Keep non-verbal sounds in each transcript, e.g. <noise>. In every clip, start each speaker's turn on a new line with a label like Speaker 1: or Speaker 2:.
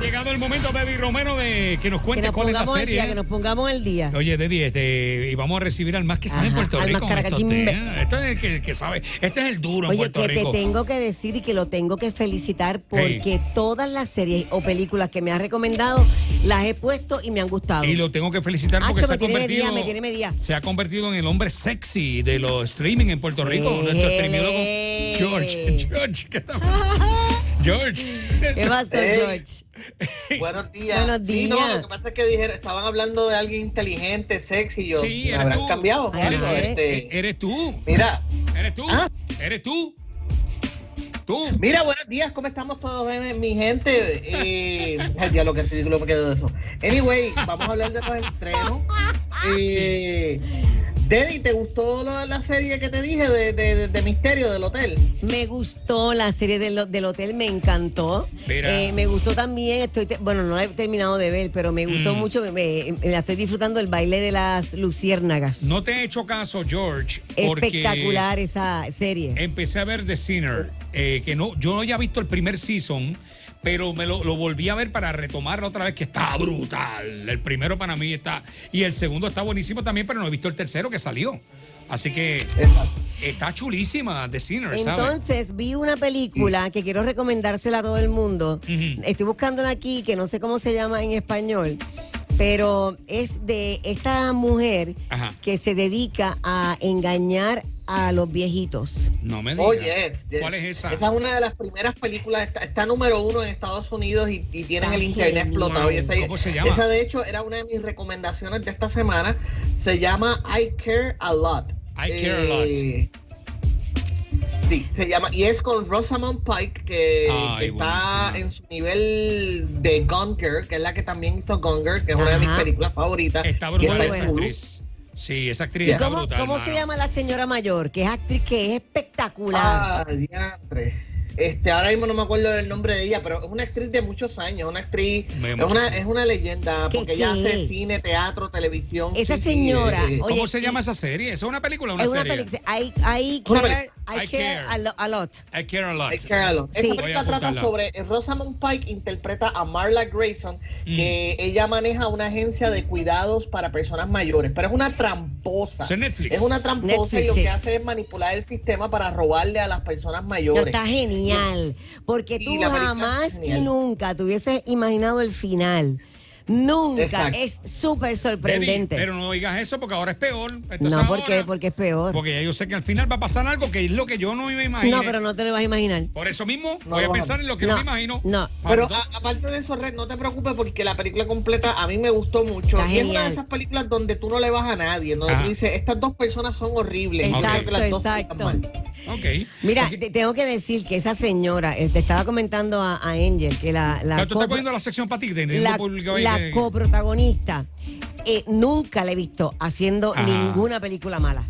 Speaker 1: llegado el momento, Deddy Romero, de que nos
Speaker 2: Que
Speaker 1: cuente
Speaker 2: nos
Speaker 1: cuál es la
Speaker 2: pongamos el
Speaker 1: serie. ¿eh?
Speaker 2: día, que nos pongamos el día.
Speaker 1: Oye, Deddy, este, y vamos a recibir al más que sabe en
Speaker 2: Ajá,
Speaker 1: Puerto
Speaker 2: al
Speaker 1: Rico.
Speaker 2: más
Speaker 1: en estos
Speaker 2: caracachimbe.
Speaker 1: días. Este es el que, que sabe. Este es el duro en
Speaker 2: Oye,
Speaker 1: Puerto
Speaker 2: que
Speaker 1: Rico.
Speaker 2: te tengo que decir y que lo tengo que felicitar porque
Speaker 1: Hey.
Speaker 2: todas las series o películas que me has recomendado las he puesto y me han gustado.
Speaker 1: Y lo tengo que felicitar
Speaker 2: Acho,
Speaker 1: porque se
Speaker 2: me
Speaker 1: ha
Speaker 2: tiene
Speaker 1: convertido.
Speaker 2: medida, me tiene medida.
Speaker 1: Se ha convertido en el hombre sexy de los streaming en Puerto Rico. Nuestro
Speaker 2: Ele.
Speaker 1: terminólogo George. George, ¿qué
Speaker 2: <laughs>
Speaker 1: tal?
Speaker 2: ¿Qué
Speaker 1: George.
Speaker 2: pasó,
Speaker 3: Ey.
Speaker 2: George?
Speaker 3: Buenos días.
Speaker 2: Buenos
Speaker 3: Sí, no,
Speaker 2: días.
Speaker 3: lo que pasa es que dijeron, estaban hablando de alguien inteligente, sexy, yo.
Speaker 1: Sí,
Speaker 3: ¿me
Speaker 1: eres
Speaker 3: habrán
Speaker 1: tú.
Speaker 3: cambiado.
Speaker 2: Ay,
Speaker 3: Algo,
Speaker 2: eres-
Speaker 1: E-
Speaker 3: este,
Speaker 1: Eres tú.
Speaker 3: mira,
Speaker 1: Eres tú.
Speaker 3: Ah.
Speaker 1: Eres tú. Tú.
Speaker 3: mira, buenos días, ¿cómo estamos todos, eh, mi gente? Eh, ay, ya lo que ridículo me quedó de eso. Anyway, vamos a hablar de los
Speaker 2: <laughs>
Speaker 3: estrenos. Eh, Deddy, ¿te gustó lo de la serie que te dije de, de- de- de Misterio del Hotel?
Speaker 2: Me gustó la serie del, del hotel, me encantó.
Speaker 1: Mira.
Speaker 2: Eh, me gustó también, estoy te- bueno, no la he terminado de ver, pero me gustó
Speaker 1: Mm.
Speaker 2: mucho, me, me- me la estoy disfrutando el baile de las luciérnagas.
Speaker 1: No te he hecho caso, George. porque
Speaker 2: Espectacular esa serie.
Speaker 1: Empecé a ver The Sinner, eh, que no, yo no había visto el primer season, pero me lo, lo volví a ver para retomarlo otra vez, que está brutal. El primero para mí está. Y el segundo está buenísimo también, pero no he visto el tercero que salió. Así que
Speaker 3: Exacto.
Speaker 1: está chulísima The Sinner, ¿sabes?
Speaker 2: Entonces vi una película que quiero recomendársela a todo el mundo.
Speaker 1: Mm. Ujú.
Speaker 2: Estoy buscándola aquí, que no sé cómo se llama en español, pero es de esta mujer
Speaker 1: Ajá.
Speaker 2: que se dedica a engañar a los viejitos.
Speaker 1: No me digas.
Speaker 3: Oye,
Speaker 1: ¿Cuál es esa?
Speaker 3: Oh, Esa es una de las primeras películas, está, está número uno en Estados Unidos y, y tienen el internet
Speaker 2: genial.
Speaker 3: explotado. Y esa,
Speaker 1: ¿Cómo se llama?
Speaker 3: Esa de hecho era una de mis recomendaciones de esta semana. Se llama I Care a Lot. Eh,
Speaker 1: I Care a Lot.
Speaker 3: Sí, se llama, y es con Rosamund Pike, que,
Speaker 1: Ay,
Speaker 3: que está
Speaker 1: buenísima.
Speaker 3: en su nivel de Gonger, que es la que también hizo Gonger, que es una de mis
Speaker 2: Ajá.
Speaker 3: películas favoritas.
Speaker 1: Está
Speaker 3: que
Speaker 1: brutal
Speaker 3: en
Speaker 1: esa
Speaker 2: buena.
Speaker 3: Hulu.
Speaker 1: actriz. Sí, esa actriz
Speaker 3: ¿Y
Speaker 1: está
Speaker 2: ¿Cómo,
Speaker 1: brutal.
Speaker 2: cómo se
Speaker 1: mano.
Speaker 2: llama la señora mayor? Que es actriz que es espectacular.
Speaker 3: Ah, diantre. Este, ahora mismo no me acuerdo del nombre de ella, pero es una actriz de muchos años, una actriz,
Speaker 1: De
Speaker 3: es
Speaker 1: muchos
Speaker 3: una,
Speaker 1: años.
Speaker 3: es una leyenda,
Speaker 2: ¿Qué,
Speaker 3: porque ella
Speaker 2: qué?
Speaker 3: hace cine, teatro, televisión.
Speaker 2: Esa
Speaker 3: sí, sí,
Speaker 2: señora,
Speaker 3: eh, eh.
Speaker 2: oye,
Speaker 1: ¿Cómo se
Speaker 2: y-
Speaker 1: llama esa serie? ¿Es una película o una
Speaker 2: es una
Speaker 1: serie?
Speaker 2: película. I, I
Speaker 3: Una
Speaker 2: care,
Speaker 1: película.
Speaker 2: I
Speaker 1: I
Speaker 2: care
Speaker 1: care.
Speaker 2: a, lo- a lot.
Speaker 1: I Care a Lot.
Speaker 3: Ay, Carol.
Speaker 2: Sí.
Speaker 3: Esta
Speaker 1: Ah, Voy
Speaker 3: película
Speaker 1: a
Speaker 3: trata
Speaker 1: apuntarla.
Speaker 3: sobre eh, Rosamund Pike interpreta a Marla Grayson,
Speaker 1: Mm.
Speaker 3: que ella maneja una agencia de cuidados para personas mayores, pero es una tramposa.
Speaker 1: Eso es Netflix.
Speaker 3: Es una tramposa
Speaker 2: Netflix,
Speaker 3: y lo
Speaker 2: sí.
Speaker 3: que hace es manipular el sistema para robarle a las personas
Speaker 2: No,
Speaker 3: mayores.
Speaker 2: está genial, porque
Speaker 3: Sí,
Speaker 2: tú
Speaker 3: la película
Speaker 2: jamás
Speaker 3: está
Speaker 2: y
Speaker 3: genial.
Speaker 2: nunca te hubieses imaginado el final. Nunca,
Speaker 3: Exacto.
Speaker 2: es súper
Speaker 1: Debbie,
Speaker 2: sorprendente.
Speaker 1: pero no digas eso porque ahora es peor. Entonces
Speaker 2: no, porque,
Speaker 1: ahora-
Speaker 2: porque es peor.
Speaker 1: Porque ya yo sé que al final va a pasar algo que es lo que yo no me imagino.
Speaker 2: no, pero no te lo vas a imaginar.
Speaker 1: Por eso mismo
Speaker 3: No
Speaker 1: voy a
Speaker 3: lo van a-
Speaker 1: pensar en lo que
Speaker 2: No,
Speaker 1: yo me imagino.
Speaker 2: no.
Speaker 1: Para
Speaker 3: Pero
Speaker 1: entonces-
Speaker 3: a- aparte de eso, Red, no te preocupes porque la película completa a mí me gustó mucho.
Speaker 2: Está
Speaker 3: y es una
Speaker 2: genial.
Speaker 3: de esas películas donde tú no le vas a nadie, donde
Speaker 1: Ajá.
Speaker 3: tú dices, estas dos personas son horribles.
Speaker 1: Exacto,
Speaker 3: Yo creo que las dos
Speaker 2: exacto.
Speaker 3: están mal.
Speaker 1: ok.
Speaker 2: ah, Mira,
Speaker 1: Ok.
Speaker 2: te- tengo que decir que esa señora, eh, te estaba comentando a, a Angel que la, la,
Speaker 1: Pero tú estás
Speaker 2: copro-
Speaker 1: poniendo la sección para ti, teniendo
Speaker 2: la-
Speaker 1: público ahí que-
Speaker 2: la coprotagonista, eh, nunca la he visto haciendo
Speaker 1: Ajá.
Speaker 2: ninguna película mala.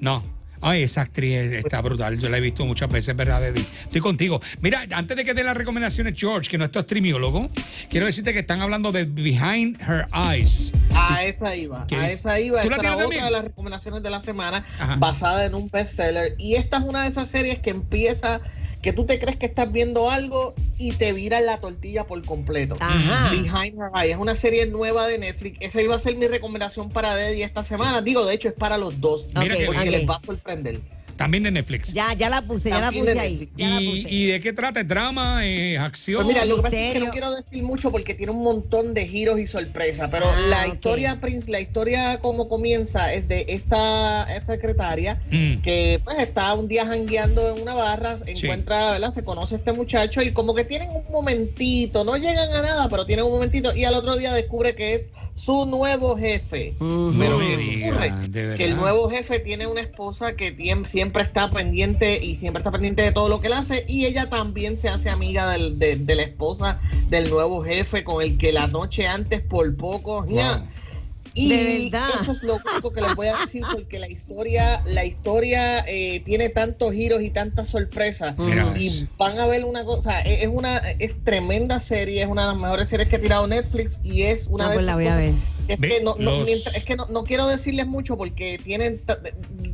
Speaker 1: No. Ay, esa actriz está brutal. Yo la he visto muchas veces, ¿verdad, Deddy? Estoy contigo. Mira, antes de que dé las recomendaciones, George, que no es tu streamiólogo, quiero decirte que están hablando de Behind Her Eyes.
Speaker 3: A esa iba,
Speaker 1: ¿Qué
Speaker 3: a
Speaker 1: es?
Speaker 3: esa iba.
Speaker 1: ¿Tú la
Speaker 3: Esta
Speaker 1: tienes
Speaker 3: era otra
Speaker 1: también?
Speaker 3: de las recomendaciones de la semana
Speaker 1: Ajá.
Speaker 3: basada en un bestseller. Y esta es una de esas series que empieza, que tú te crees que estás viendo algo y te viras la tortilla por completo.
Speaker 2: Ajá.
Speaker 3: Behind Her Eyes. Es una serie nueva de Netflix. Esa iba a ser mi recomendación para Deddy esta semana. Digo, de hecho, es para los dos.
Speaker 1: Mira que-
Speaker 3: porque
Speaker 2: ok.
Speaker 3: les va a sorprender.
Speaker 1: También de Netflix.
Speaker 2: Ya, ya la puse, ya la
Speaker 3: También
Speaker 2: puse
Speaker 3: de
Speaker 2: ahí.
Speaker 3: Netflix.
Speaker 2: ya la
Speaker 1: y,
Speaker 2: puse.
Speaker 1: y de qué trata? ¿Es ¿Drama? eh, ¿Acción?
Speaker 3: Pues mira, lo que pasa es que
Speaker 2: misterio.
Speaker 3: no quiero decir mucho porque tiene un montón de giros y sorpresas, pero
Speaker 2: Ah,
Speaker 3: la
Speaker 2: ok.
Speaker 3: historia, Prince, la historia como comienza es de esta, esta secretaria
Speaker 1: Mm.
Speaker 3: que pues está un día jangueando en una barra, se
Speaker 1: Sí.
Speaker 3: encuentra, ¿verdad? Se conoce a este muchacho y como que tienen un momentito, no llegan a nada, pero tienen un momentito y al otro día descubre que es su nuevo jefe.
Speaker 2: Ujú.
Speaker 1: No
Speaker 3: Pero
Speaker 1: me
Speaker 3: ¿qué
Speaker 1: digas,
Speaker 3: ocurre?
Speaker 1: de verdad.
Speaker 3: que el nuevo jefe tiene una esposa que tiem- siempre está pendiente y siempre está pendiente de todo lo que él hace y ella también se hace amiga del- de, de la esposa del nuevo jefe con el que la noche antes por poco... ña.
Speaker 2: De
Speaker 3: Y
Speaker 2: verdad.
Speaker 3: eso es lo único que les voy a decir porque la historia, la historia eh, tiene tantos giros y tantas sorpresas.
Speaker 1: Mira eso.
Speaker 3: Y van a ver una cosa, e-, es es una es tremenda serie, es una de las mejores series que ha tirado Netflix y es una
Speaker 2: No,
Speaker 3: de
Speaker 2: pues
Speaker 3: esas
Speaker 2: la voy a
Speaker 3: cosas-
Speaker 2: ver.
Speaker 3: Es
Speaker 1: Ve-
Speaker 3: que, no, no,
Speaker 1: los-
Speaker 3: mientras- es que no, no quiero decirles mucho porque tienen ta-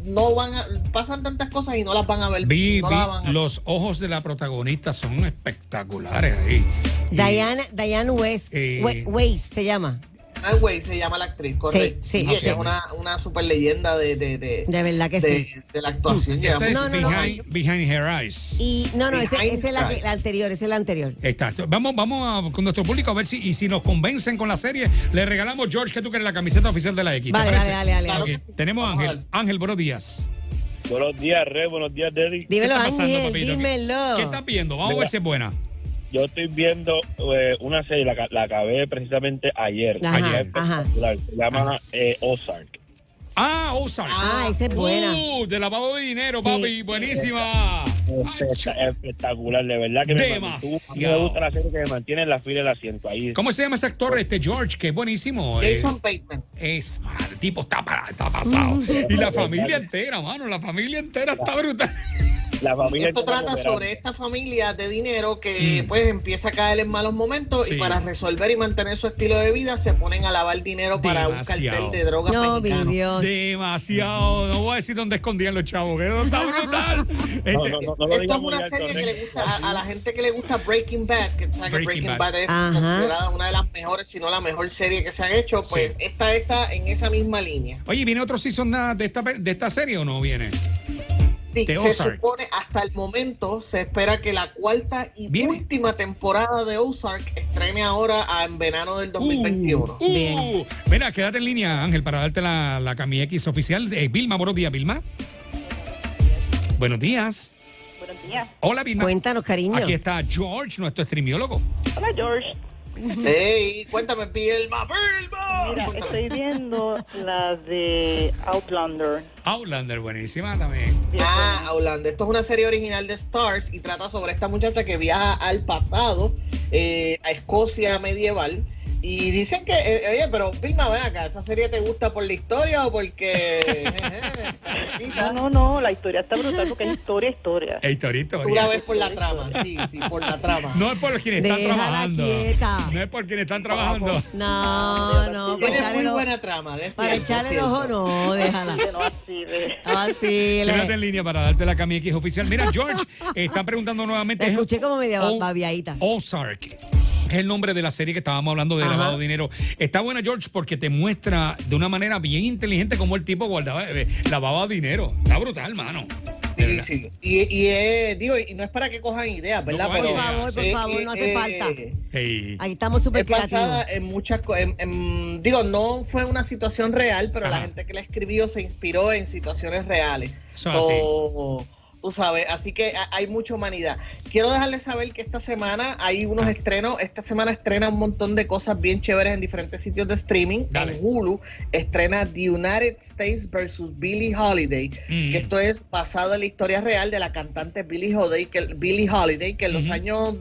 Speaker 3: no van a, pasan tantas cosas y no las van a ver.
Speaker 1: Vi,
Speaker 3: no
Speaker 1: vi,
Speaker 3: las van a-
Speaker 1: los ojos de la protagonista son espectaculares ahí. Y-
Speaker 2: Diana, Diane West,
Speaker 1: Eh,
Speaker 2: We- Weiss se llama.
Speaker 3: Anne Way se llama la actriz, correcto.
Speaker 2: sí,
Speaker 3: Y
Speaker 2: ok.
Speaker 3: ella es una, una super leyenda de, de, de,
Speaker 2: De verdad que
Speaker 3: de-
Speaker 2: sí.
Speaker 3: de la actuación.
Speaker 1: Esa es
Speaker 3: Llegamos-
Speaker 2: No, no, no,
Speaker 1: behind, Behind Her Eyes.
Speaker 2: Y no, no, ese-
Speaker 3: Behind
Speaker 2: esa es la, que-
Speaker 3: Eyes.
Speaker 2: la anterior, esa es la anterior.
Speaker 1: Exacto. Vamos, vamos a- con nuestro público a ver si, y si nos convencen con la serie, le regalamos, George, que tú quieres la camiseta oficial de la X. ¿te
Speaker 2: Vale,
Speaker 1: parece?
Speaker 2: dale, dale, dale.
Speaker 1: Ok,
Speaker 3: Claro que sí.
Speaker 1: Tenemos a
Speaker 3: Vamos a
Speaker 1: Ángel. Ángel, buenos días.
Speaker 4: Buenos días, Re, buenos días, Deddy.
Speaker 1: ¿Qué
Speaker 2: Dímelo,
Speaker 1: está pasando,
Speaker 2: Ángel,
Speaker 1: papito? ¿Qué-
Speaker 2: dímelo.
Speaker 1: ¿Qué estás viendo? Vamos a ver si es buena.
Speaker 4: Yo estoy viendo eh, una serie, la, ca- la acabé precisamente ayer.
Speaker 2: Ajá,
Speaker 4: ayer es
Speaker 2: ajá.
Speaker 4: espectacular. Se llama eh, Ozark.
Speaker 1: Ah, Ozark.
Speaker 2: Ah, esa es buena.
Speaker 1: Uh, de lavado de dinero,
Speaker 2: Sí,
Speaker 1: papi.
Speaker 2: sí.
Speaker 1: Buenísima. Ay,
Speaker 4: Especta-
Speaker 1: chu-
Speaker 4: espectacular, de verdad que me
Speaker 1: Demasiado.
Speaker 4: mantuvo. A mí me gusta la serie que me mantiene en la fila del asiento. Ahí.
Speaker 1: ¿Cómo se llama ese actor, este George? Que es buenísimo. eh.
Speaker 3: Jason Bateman.
Speaker 1: Es, mal, el tipo está, para, está pasado. Y la familia entera, mano, la familia entera está brutal.
Speaker 4: La familia
Speaker 3: Esto
Speaker 4: entera
Speaker 3: trata
Speaker 4: cooperando.
Speaker 3: sobre esta familia de dinero que pues empieza a caer en malos momentos
Speaker 1: Mm. Sí.
Speaker 3: y para resolver y mantener su estilo de vida se ponen a lavar dinero para un
Speaker 1: Demasiado.
Speaker 3: cartel de drogas
Speaker 2: No, mi
Speaker 3: mexicano.
Speaker 2: Dios.
Speaker 1: Demasiado. No voy a decir dónde escondían los chavos, que eso está brutal.
Speaker 4: No,
Speaker 1: Este,
Speaker 4: no, no, no lo
Speaker 3: Esto es
Speaker 4: digas muy
Speaker 3: una
Speaker 4: alto,
Speaker 3: serie que
Speaker 4: Re.
Speaker 3: le gusta a, a la gente que le gusta Breaking Bad, que sabe que
Speaker 1: Breaking
Speaker 3: Breaking,
Speaker 1: Bad.
Speaker 3: Bad, es
Speaker 2: Ajá.
Speaker 3: considerada una de las mejores, si no la mejor serie que se ha hecho, pues
Speaker 1: Sí.
Speaker 3: esta está en esa misma línea.
Speaker 1: Oye, ¿viene otro season na- de esta, pe- de esta serie o no viene?
Speaker 3: Sí,
Speaker 1: De
Speaker 3: se
Speaker 1: Ozark.
Speaker 3: supone hasta el momento se espera que la cuarta y
Speaker 1: Viene.
Speaker 3: última temporada de Ozark estrene ahora ah, en verano del 2021.
Speaker 1: Uh, uh.
Speaker 2: Bien.
Speaker 1: Mira, quédate en línea, Ángel, para darte la, la cami X oficial. Eh, Vilma, buenos días, Vilma. Buenos días.
Speaker 5: Buenos días.
Speaker 1: Hola, Vilma.
Speaker 2: Cuéntanos, cariño.
Speaker 1: Aquí está George, nuestro streamiólogo.
Speaker 5: Hola, George.
Speaker 1: Uh.
Speaker 3: Ey, cuéntame, Vilma, Vilma.
Speaker 5: Mira,
Speaker 3: Cuéntame.
Speaker 5: estoy viendo la de Outlander.
Speaker 1: Outlander, buenísima también.
Speaker 5: Bien
Speaker 3: Ah, Holanda. Esto es una serie original de Stars y trata sobre esta muchacha que viaja al pasado, eh, a Escocia medieval. Y dicen que, eh, oye, pero Vilma, ven acá, ¿esa serie te gusta por la historia o porque... <laughs> jeje,
Speaker 5: buena.
Speaker 3: calentita?
Speaker 5: No, no, no, la historia está brutal porque es historia, historia.
Speaker 1: Hey, Torito.
Speaker 3: Tú la ves por la trama, sí, sí, por la trama.
Speaker 1: No es por quienes están
Speaker 2: Déjala
Speaker 1: trabajando.
Speaker 2: quieta.
Speaker 1: No es por quienes están trabajando.
Speaker 2: No, no, para
Speaker 3: Tiene
Speaker 2: echarle,
Speaker 3: muy
Speaker 2: el ojo-
Speaker 3: buena trama, es
Speaker 2: para
Speaker 3: cierto,
Speaker 2: echarle
Speaker 3: es
Speaker 2: el ojo,
Speaker 3: cierto.
Speaker 2: no, déjala. Ah,
Speaker 3: <laughs>
Speaker 5: Así de, no, así de.
Speaker 2: Así, le-
Speaker 1: Quédate en línea para darte la cami X oficial. Mira,
Speaker 3: <laughs>
Speaker 1: George, están preguntando nuevamente.
Speaker 2: la escuché como media
Speaker 1: O-
Speaker 2: babiadita.
Speaker 1: Ozark. Es el nombre de la serie que estábamos hablando de
Speaker 2: Ajá.
Speaker 1: lavado de dinero. Está buena, George, porque te muestra de una manera bien inteligente cómo el tipo guardaba, eh, lavaba dinero. Está brutal, mano. De
Speaker 3: Sí,
Speaker 1: verdad.
Speaker 3: sí. Y, y es, digo, y no es para que cojan ideas, ¿verdad?
Speaker 1: cojan
Speaker 3: pero,
Speaker 1: ideas. Por favor,
Speaker 2: por favor, no hace falta.
Speaker 1: Ey.
Speaker 2: Ahí estamos súper
Speaker 3: eh, es basada
Speaker 2: creativos.
Speaker 3: en muchas co- en- en- digo no fue una situación real pero
Speaker 1: Ajá.
Speaker 3: la gente que la escribió se inspiró en situaciones reales
Speaker 1: Eso
Speaker 3: So, tú sabes así que ha- hay mucha humanidad quiero dejarles saber que esta semana hay unos
Speaker 1: Ah.
Speaker 3: estrenos esta semana estrena un montón de cosas bien chéveres en diferentes sitios de streaming
Speaker 1: Dale.
Speaker 3: en Hulu estrena The United States versus Billie Holiday
Speaker 1: Mm.
Speaker 3: que esto es basado en la historia real de la cantante Billie Holiday que, Billie Holiday, que en los
Speaker 1: Ujú.
Speaker 3: años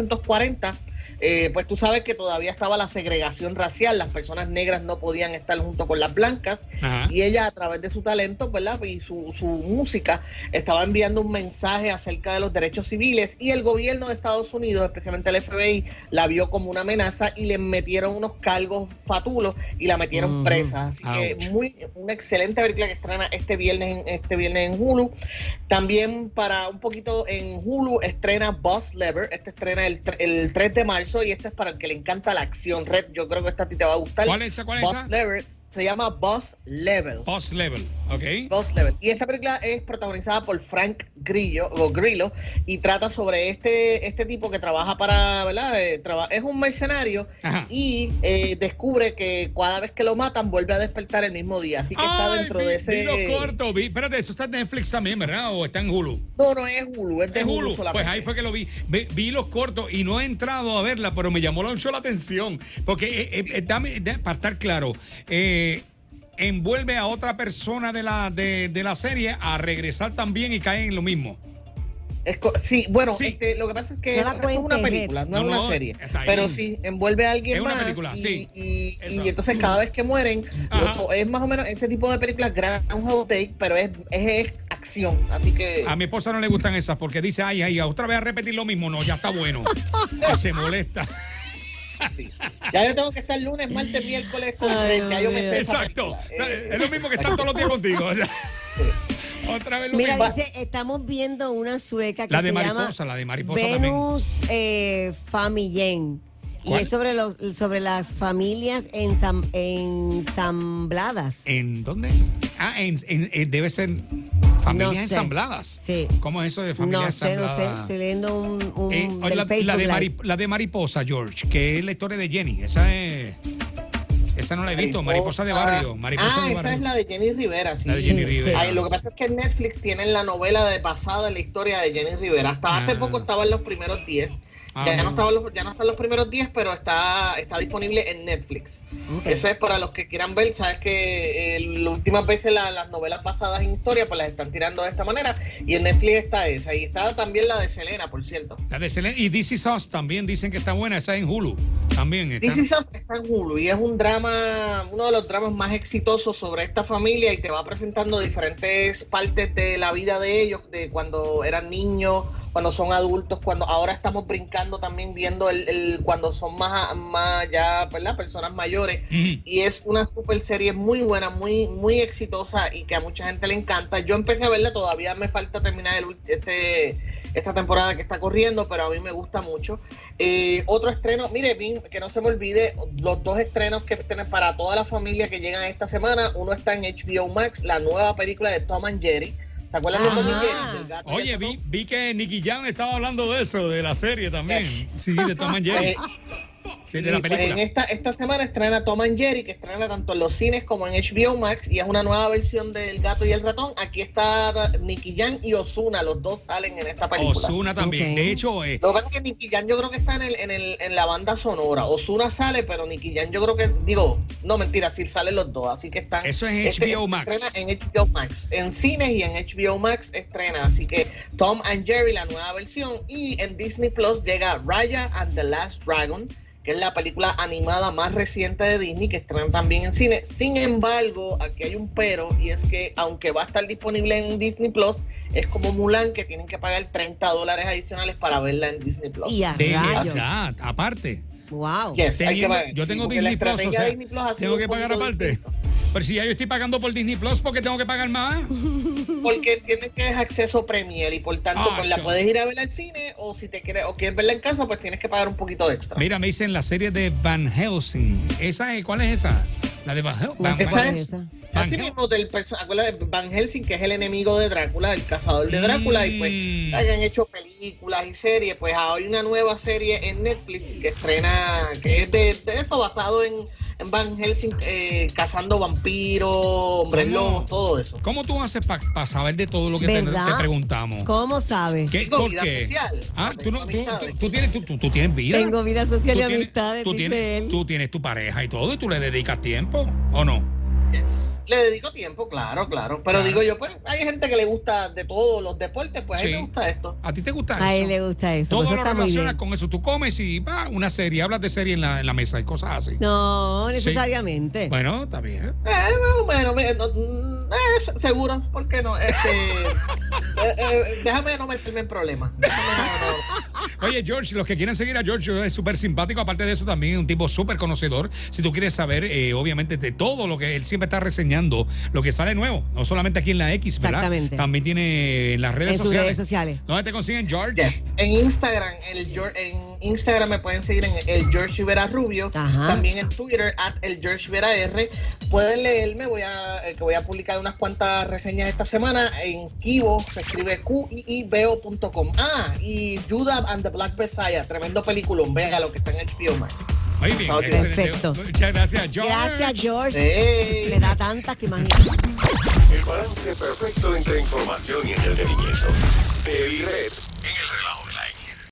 Speaker 3: 1940 eh, pues tú sabes que todavía estaba la segregación racial, las personas negras no podían estar junto con las blancas
Speaker 1: Ajá.
Speaker 3: y ella a través de su talento ¿verdad? y su, su música estaba enviando un mensaje acerca de los derechos civiles y el gobierno de Estados Unidos, especialmente el FBI, la vio como una amenaza y le metieron unos cargos fatulos y la metieron
Speaker 2: Ujú.
Speaker 3: presa. Así
Speaker 1: Ouch.
Speaker 3: que muy, una excelente película que estrena este viernes, en, este viernes en Hulu. También para un poquito en Hulu estrena Boss Lever. Este estrena el, tre- el 3 de marzo y este es para el que le encanta la acción red. Yo creo que esta a ti te va a gustar.
Speaker 1: ¿Cuál es esa? ¿Cuál es
Speaker 3: Boss
Speaker 1: esa?
Speaker 3: Lever se llama Boss Level.
Speaker 1: Post level. Ok.
Speaker 3: Boss Level. Y esta película es protagonizada por Frank Grillo o Grillo y trata sobre este este tipo que trabaja para, ¿verdad? Eh, traba- es un mercenario
Speaker 1: Ajá.
Speaker 3: y eh, descubre que cada vez que lo matan vuelve a despertar el mismo día. Así que está
Speaker 1: Ay,
Speaker 3: dentro
Speaker 1: vi-
Speaker 3: de ese.
Speaker 1: vi lo corto. Vi. Espérate, eso está en Netflix también, ¿verdad? O está en Hulu.
Speaker 3: No, no es Hulu, es de
Speaker 1: En
Speaker 3: Hulu,
Speaker 1: Hulu,
Speaker 3: solamente.
Speaker 1: pues ahí fue que lo vi. Ve- Vi, los cortos y no he entrado a verla, pero me llamó mucho la atención. Porque, eh, eh, eh, dame- da- para estar claro, eh, envuelve a otra persona de la, de, de la serie a regresar también y cae en lo mismo.
Speaker 3: Es co- sí, bueno,
Speaker 1: Sí.
Speaker 3: este, lo que pasa es que
Speaker 2: No
Speaker 3: es,
Speaker 2: la
Speaker 3: es como una
Speaker 2: cuentes,
Speaker 3: película, no,
Speaker 1: No,
Speaker 3: es
Speaker 1: no,
Speaker 3: una serie.
Speaker 1: está ahí.
Speaker 3: Pero sí, envuelve a alguien
Speaker 1: Es una
Speaker 3: más.
Speaker 1: película,
Speaker 3: y,
Speaker 1: sí.
Speaker 3: y- y
Speaker 1: Eso.
Speaker 3: entonces cada vez que mueren,
Speaker 1: Ajá.
Speaker 3: los- es más o menos ese tipo de películas, Groundhog Day, pero es, es, es acción. Así que
Speaker 1: A mi esposa no le gustan esas porque dice, ay, ay, otra vez a repetir lo mismo. No, ya está
Speaker 3: <laughs>
Speaker 1: bueno. Y se molesta.
Speaker 3: ya yo tengo que estar lunes, martes, miércoles, con
Speaker 2: Ay,
Speaker 3: ya yo me
Speaker 2: Dios
Speaker 3: sé esa
Speaker 1: Exacto.
Speaker 3: película. Eh, <laughs>
Speaker 1: es lo mismo que estar todos los días contigo. Otra vez lo
Speaker 2: Mira,
Speaker 1: mismo.
Speaker 2: dice, estamos viendo una sueca que
Speaker 1: La de
Speaker 2: se
Speaker 1: mariposa,
Speaker 2: llama
Speaker 1: la de mariposa también.
Speaker 2: Venus eh, Famillen. Y
Speaker 1: ¿Cuál?
Speaker 2: es sobre, los, sobre las familias ensam- ensambladas.
Speaker 1: ¿En dónde? Ah, en, en- en- debe ser familias
Speaker 2: No sé.
Speaker 1: ensambladas.
Speaker 2: Sí.
Speaker 1: ¿Cómo es eso de familias
Speaker 2: no sé, no sé.
Speaker 1: ensambladas?
Speaker 2: Estoy leyendo un, un
Speaker 1: Eh,
Speaker 2: del
Speaker 1: la, la
Speaker 2: Facebook
Speaker 1: de
Speaker 2: Live.
Speaker 1: Mari- la de Mariposa, George, que es la historia de Jenny. Esa es. Esa no la he visto. Mariposa de barrio. Mariposa
Speaker 3: ah,
Speaker 1: de
Speaker 3: esa
Speaker 1: barrio.
Speaker 3: es la de Jenny Rivera, sí.
Speaker 1: La de Jenny
Speaker 2: Sí, sí.
Speaker 1: Rivera.
Speaker 3: Ay, lo que pasa es que en Netflix tienen la novela de pasada la historia de Jenny Rivera. Hasta hace
Speaker 1: Ah.
Speaker 3: poco estaban los primeros 10.
Speaker 1: Ah,
Speaker 3: ya,
Speaker 1: bueno.
Speaker 3: no estaban los, ya no están los primeros 10, pero está, está disponible en Netflix.
Speaker 2: Ok.
Speaker 3: Ese es para los que quieran ver. Sabes que eh, las últimas veces la- las novelas basadas en historia pues las están tirando de esta manera. Y en Netflix está esa. Y está también la de Selena, por cierto.
Speaker 1: La de Selena. Y This Is Us también dicen que está buena. Esa es en Hulu. También está.
Speaker 3: This Is Us está en Hulu y es un drama, uno de los dramas más exitosos sobre esta familia y te va presentando diferentes partes de la vida de ellos, de cuando eran niños, cuando son adultos, cuando ahora estamos brincando también viendo el, el- cuando son más, más ya, ¿verdad? Personas mayores.
Speaker 1: Ujú.
Speaker 3: Y es una super serie muy buena, muy, muy exitosa y que a mucha gente le encanta. Yo empecé a verla, todavía me falta terminar el, ul- este, esta temporada que está corriendo, pero a mí me gusta mucho. Eh, otro estreno, mire, Vin, que no se me olvide, los dos estrenos que tienen para toda la familia que llegan esta semana. Uno está en HBO Max, la nueva película de Tom and Jerry. ¿Se acuerdan de Tom
Speaker 2: Ajá.
Speaker 3: and Jerry? Del gato y
Speaker 1: Ah. Oye,
Speaker 3: el
Speaker 1: vi,
Speaker 3: ratón?
Speaker 1: vi que Nicky Jam estaba hablando de eso, de la serie también.
Speaker 3: Yes.
Speaker 1: Sí, de Tom and Jerry.
Speaker 3: <laughs> Eh,
Speaker 1: Sí, de la
Speaker 3: Y, pues,
Speaker 1: película.
Speaker 3: en esta, esta semana estrena Tom and Jerry, que estrena tanto en los cines como en HBO Max, y es una nueva versión del gato y el ratón. Aquí está Nicky Jam y Osuna, los dos salen en esta película.
Speaker 1: Osuna también.
Speaker 2: Ok.
Speaker 1: De hecho, eh,
Speaker 3: Lo que pasa es que Nicky Jam yo creo que está en, el, en, el, en la banda sonora. Osuna sale, pero Nicky Jam yo creo que, digo, no mentira, sí salen los dos, así que están. este,
Speaker 1: Eso es en HBO Max.
Speaker 3: Estrena en HBO Max. En cines y en HBO Max estrena, así que Tom and Jerry, la nueva versión. Y en Disney Plus llega Raya and the Last Dragon, que es la película animada más reciente de Disney, que estrena también en cine. Sin embargo, aquí hay un pero, y es que aunque va a estar disponible en Disney Plus, es como Mulan, que tienen que pagar 30 dólares adicionales para verla en Disney Plus.
Speaker 2: Y a
Speaker 1: de
Speaker 2: rayos.
Speaker 1: verdad, aparte.
Speaker 2: Wow.
Speaker 3: Yes, hay
Speaker 1: Teniendo-
Speaker 3: que pagar.
Speaker 1: yo
Speaker 3: Sí,
Speaker 1: tengo
Speaker 3: porque la
Speaker 1: Disney Plus,
Speaker 3: estrategia
Speaker 1: o sea,
Speaker 3: de Disney Plus ha sido
Speaker 1: tengo
Speaker 3: un
Speaker 1: que pagar
Speaker 3: poquito
Speaker 1: aparte.
Speaker 3: distinta.
Speaker 1: Pero si ya yo estoy pagando por Disney Plus, ¿por qué tengo que pagar más?
Speaker 3: Porque tiene que es acceso premier y por tanto
Speaker 1: Ah,
Speaker 3: pues la
Speaker 1: chao.
Speaker 3: puedes ir a ver al cine o si te quieres o quieres verla en casa pues tienes que pagar un poquito extra.
Speaker 1: Mira, me dicen la serie de Van Helsing. ¿Esa es, ¿Cuál es esa? La de Van Helsing.
Speaker 2: No sé
Speaker 3: Van-
Speaker 2: cuál
Speaker 3: Van-
Speaker 2: es esa.
Speaker 1: Van
Speaker 3: Así
Speaker 1: Hel-
Speaker 3: mismo del perso- acuérdate de Van Helsing que es el enemigo de Drácula, el cazador de Drácula y
Speaker 1: Mm.
Speaker 3: pues hayan hecho películas y series, pues hay una nueva serie en Netflix que estrena que es de, de eso basado en, en Van Helsing eh, cazando vampiros, hombres
Speaker 1: ¿Cómo?
Speaker 3: lobos, todo eso.
Speaker 1: ¿Cómo tú haces para saber de todo lo que te,
Speaker 2: ¿Verdad?
Speaker 1: te preguntamos?
Speaker 2: ¿Cómo sabes?
Speaker 1: ¿Qué,
Speaker 3: Tengo
Speaker 1: ¿Por
Speaker 3: vida
Speaker 1: qué?
Speaker 3: social.
Speaker 1: Ah, tú, no- tú-
Speaker 3: Amistades.
Speaker 1: tú- tú tienes, tú, tú- tú tienes vida.
Speaker 2: Tengo vida
Speaker 1: Tú
Speaker 2: social y
Speaker 1: tienes-
Speaker 2: amistades,
Speaker 1: tú
Speaker 2: dice
Speaker 1: tienes,
Speaker 2: él.
Speaker 1: tú tienes tu pareja y todo, y tú le dedicas tiempo, ¿o no?
Speaker 3: Yes. Le dedico tiempo, claro, claro. Pero
Speaker 1: Claro.
Speaker 3: digo yo, pues hay gente que le gusta de todos los deportes, pues a
Speaker 1: Sí.
Speaker 3: mí me gusta esto.
Speaker 1: ¿A ti te gusta eso?
Speaker 2: A él le gusta eso.
Speaker 1: Todo
Speaker 2: pues eso
Speaker 1: lo
Speaker 2: está muy
Speaker 1: relacionas
Speaker 2: bien.
Speaker 1: con eso. Tú comes y va una serie, hablas de serie en la, en la mesa y cosas
Speaker 2: <laughs>
Speaker 1: así.
Speaker 2: No,
Speaker 1: Sí.
Speaker 2: necesariamente.
Speaker 1: Bueno, está bien.
Speaker 3: Eh, más o menos, mira, no, mm, eh, se- seguro, ¿por qué
Speaker 1: <laughs>
Speaker 3: no? Este, eh, eh, déjame no meterme en problemas. Déjame no- no-
Speaker 1: Oye, George, los que quieren seguir a George es súper simpático. Aparte de eso, también es un tipo súper conocedor. Si tú quieres saber, eh, obviamente, de todo lo que él siempre está reseñando, lo que sale nuevo. No solamente aquí en la X, ¿verdad?
Speaker 2: Exactamente.
Speaker 1: También tiene en las redes
Speaker 2: En sus
Speaker 1: sociales.
Speaker 2: redes sociales.
Speaker 1: ¿Dónde te consiguen, George?
Speaker 3: Yes. En Instagram, el, Gior- en Instagram me pueden seguir en el George Rivera Rubio,
Speaker 2: Ajá.
Speaker 3: también en Twitter, at el George Rivera R. Pueden leerme, voy a, eh, que voy a publicar unas cuantas reseñas esta semana en Kibo, se escribe q i com Ah, y Judah and the Black Messiah, tremendo peliculón, vea lo que está en HBO Max.
Speaker 1: Muy bien.
Speaker 3: Ok.
Speaker 1: excelente.
Speaker 2: Perfecto.
Speaker 1: Muchas gracias, George.
Speaker 2: Gracias, George.
Speaker 3: Hey.
Speaker 2: Le da tantas que imagínate.
Speaker 6: El balance perfecto entre información y entretenimiento. Del red en el relajo.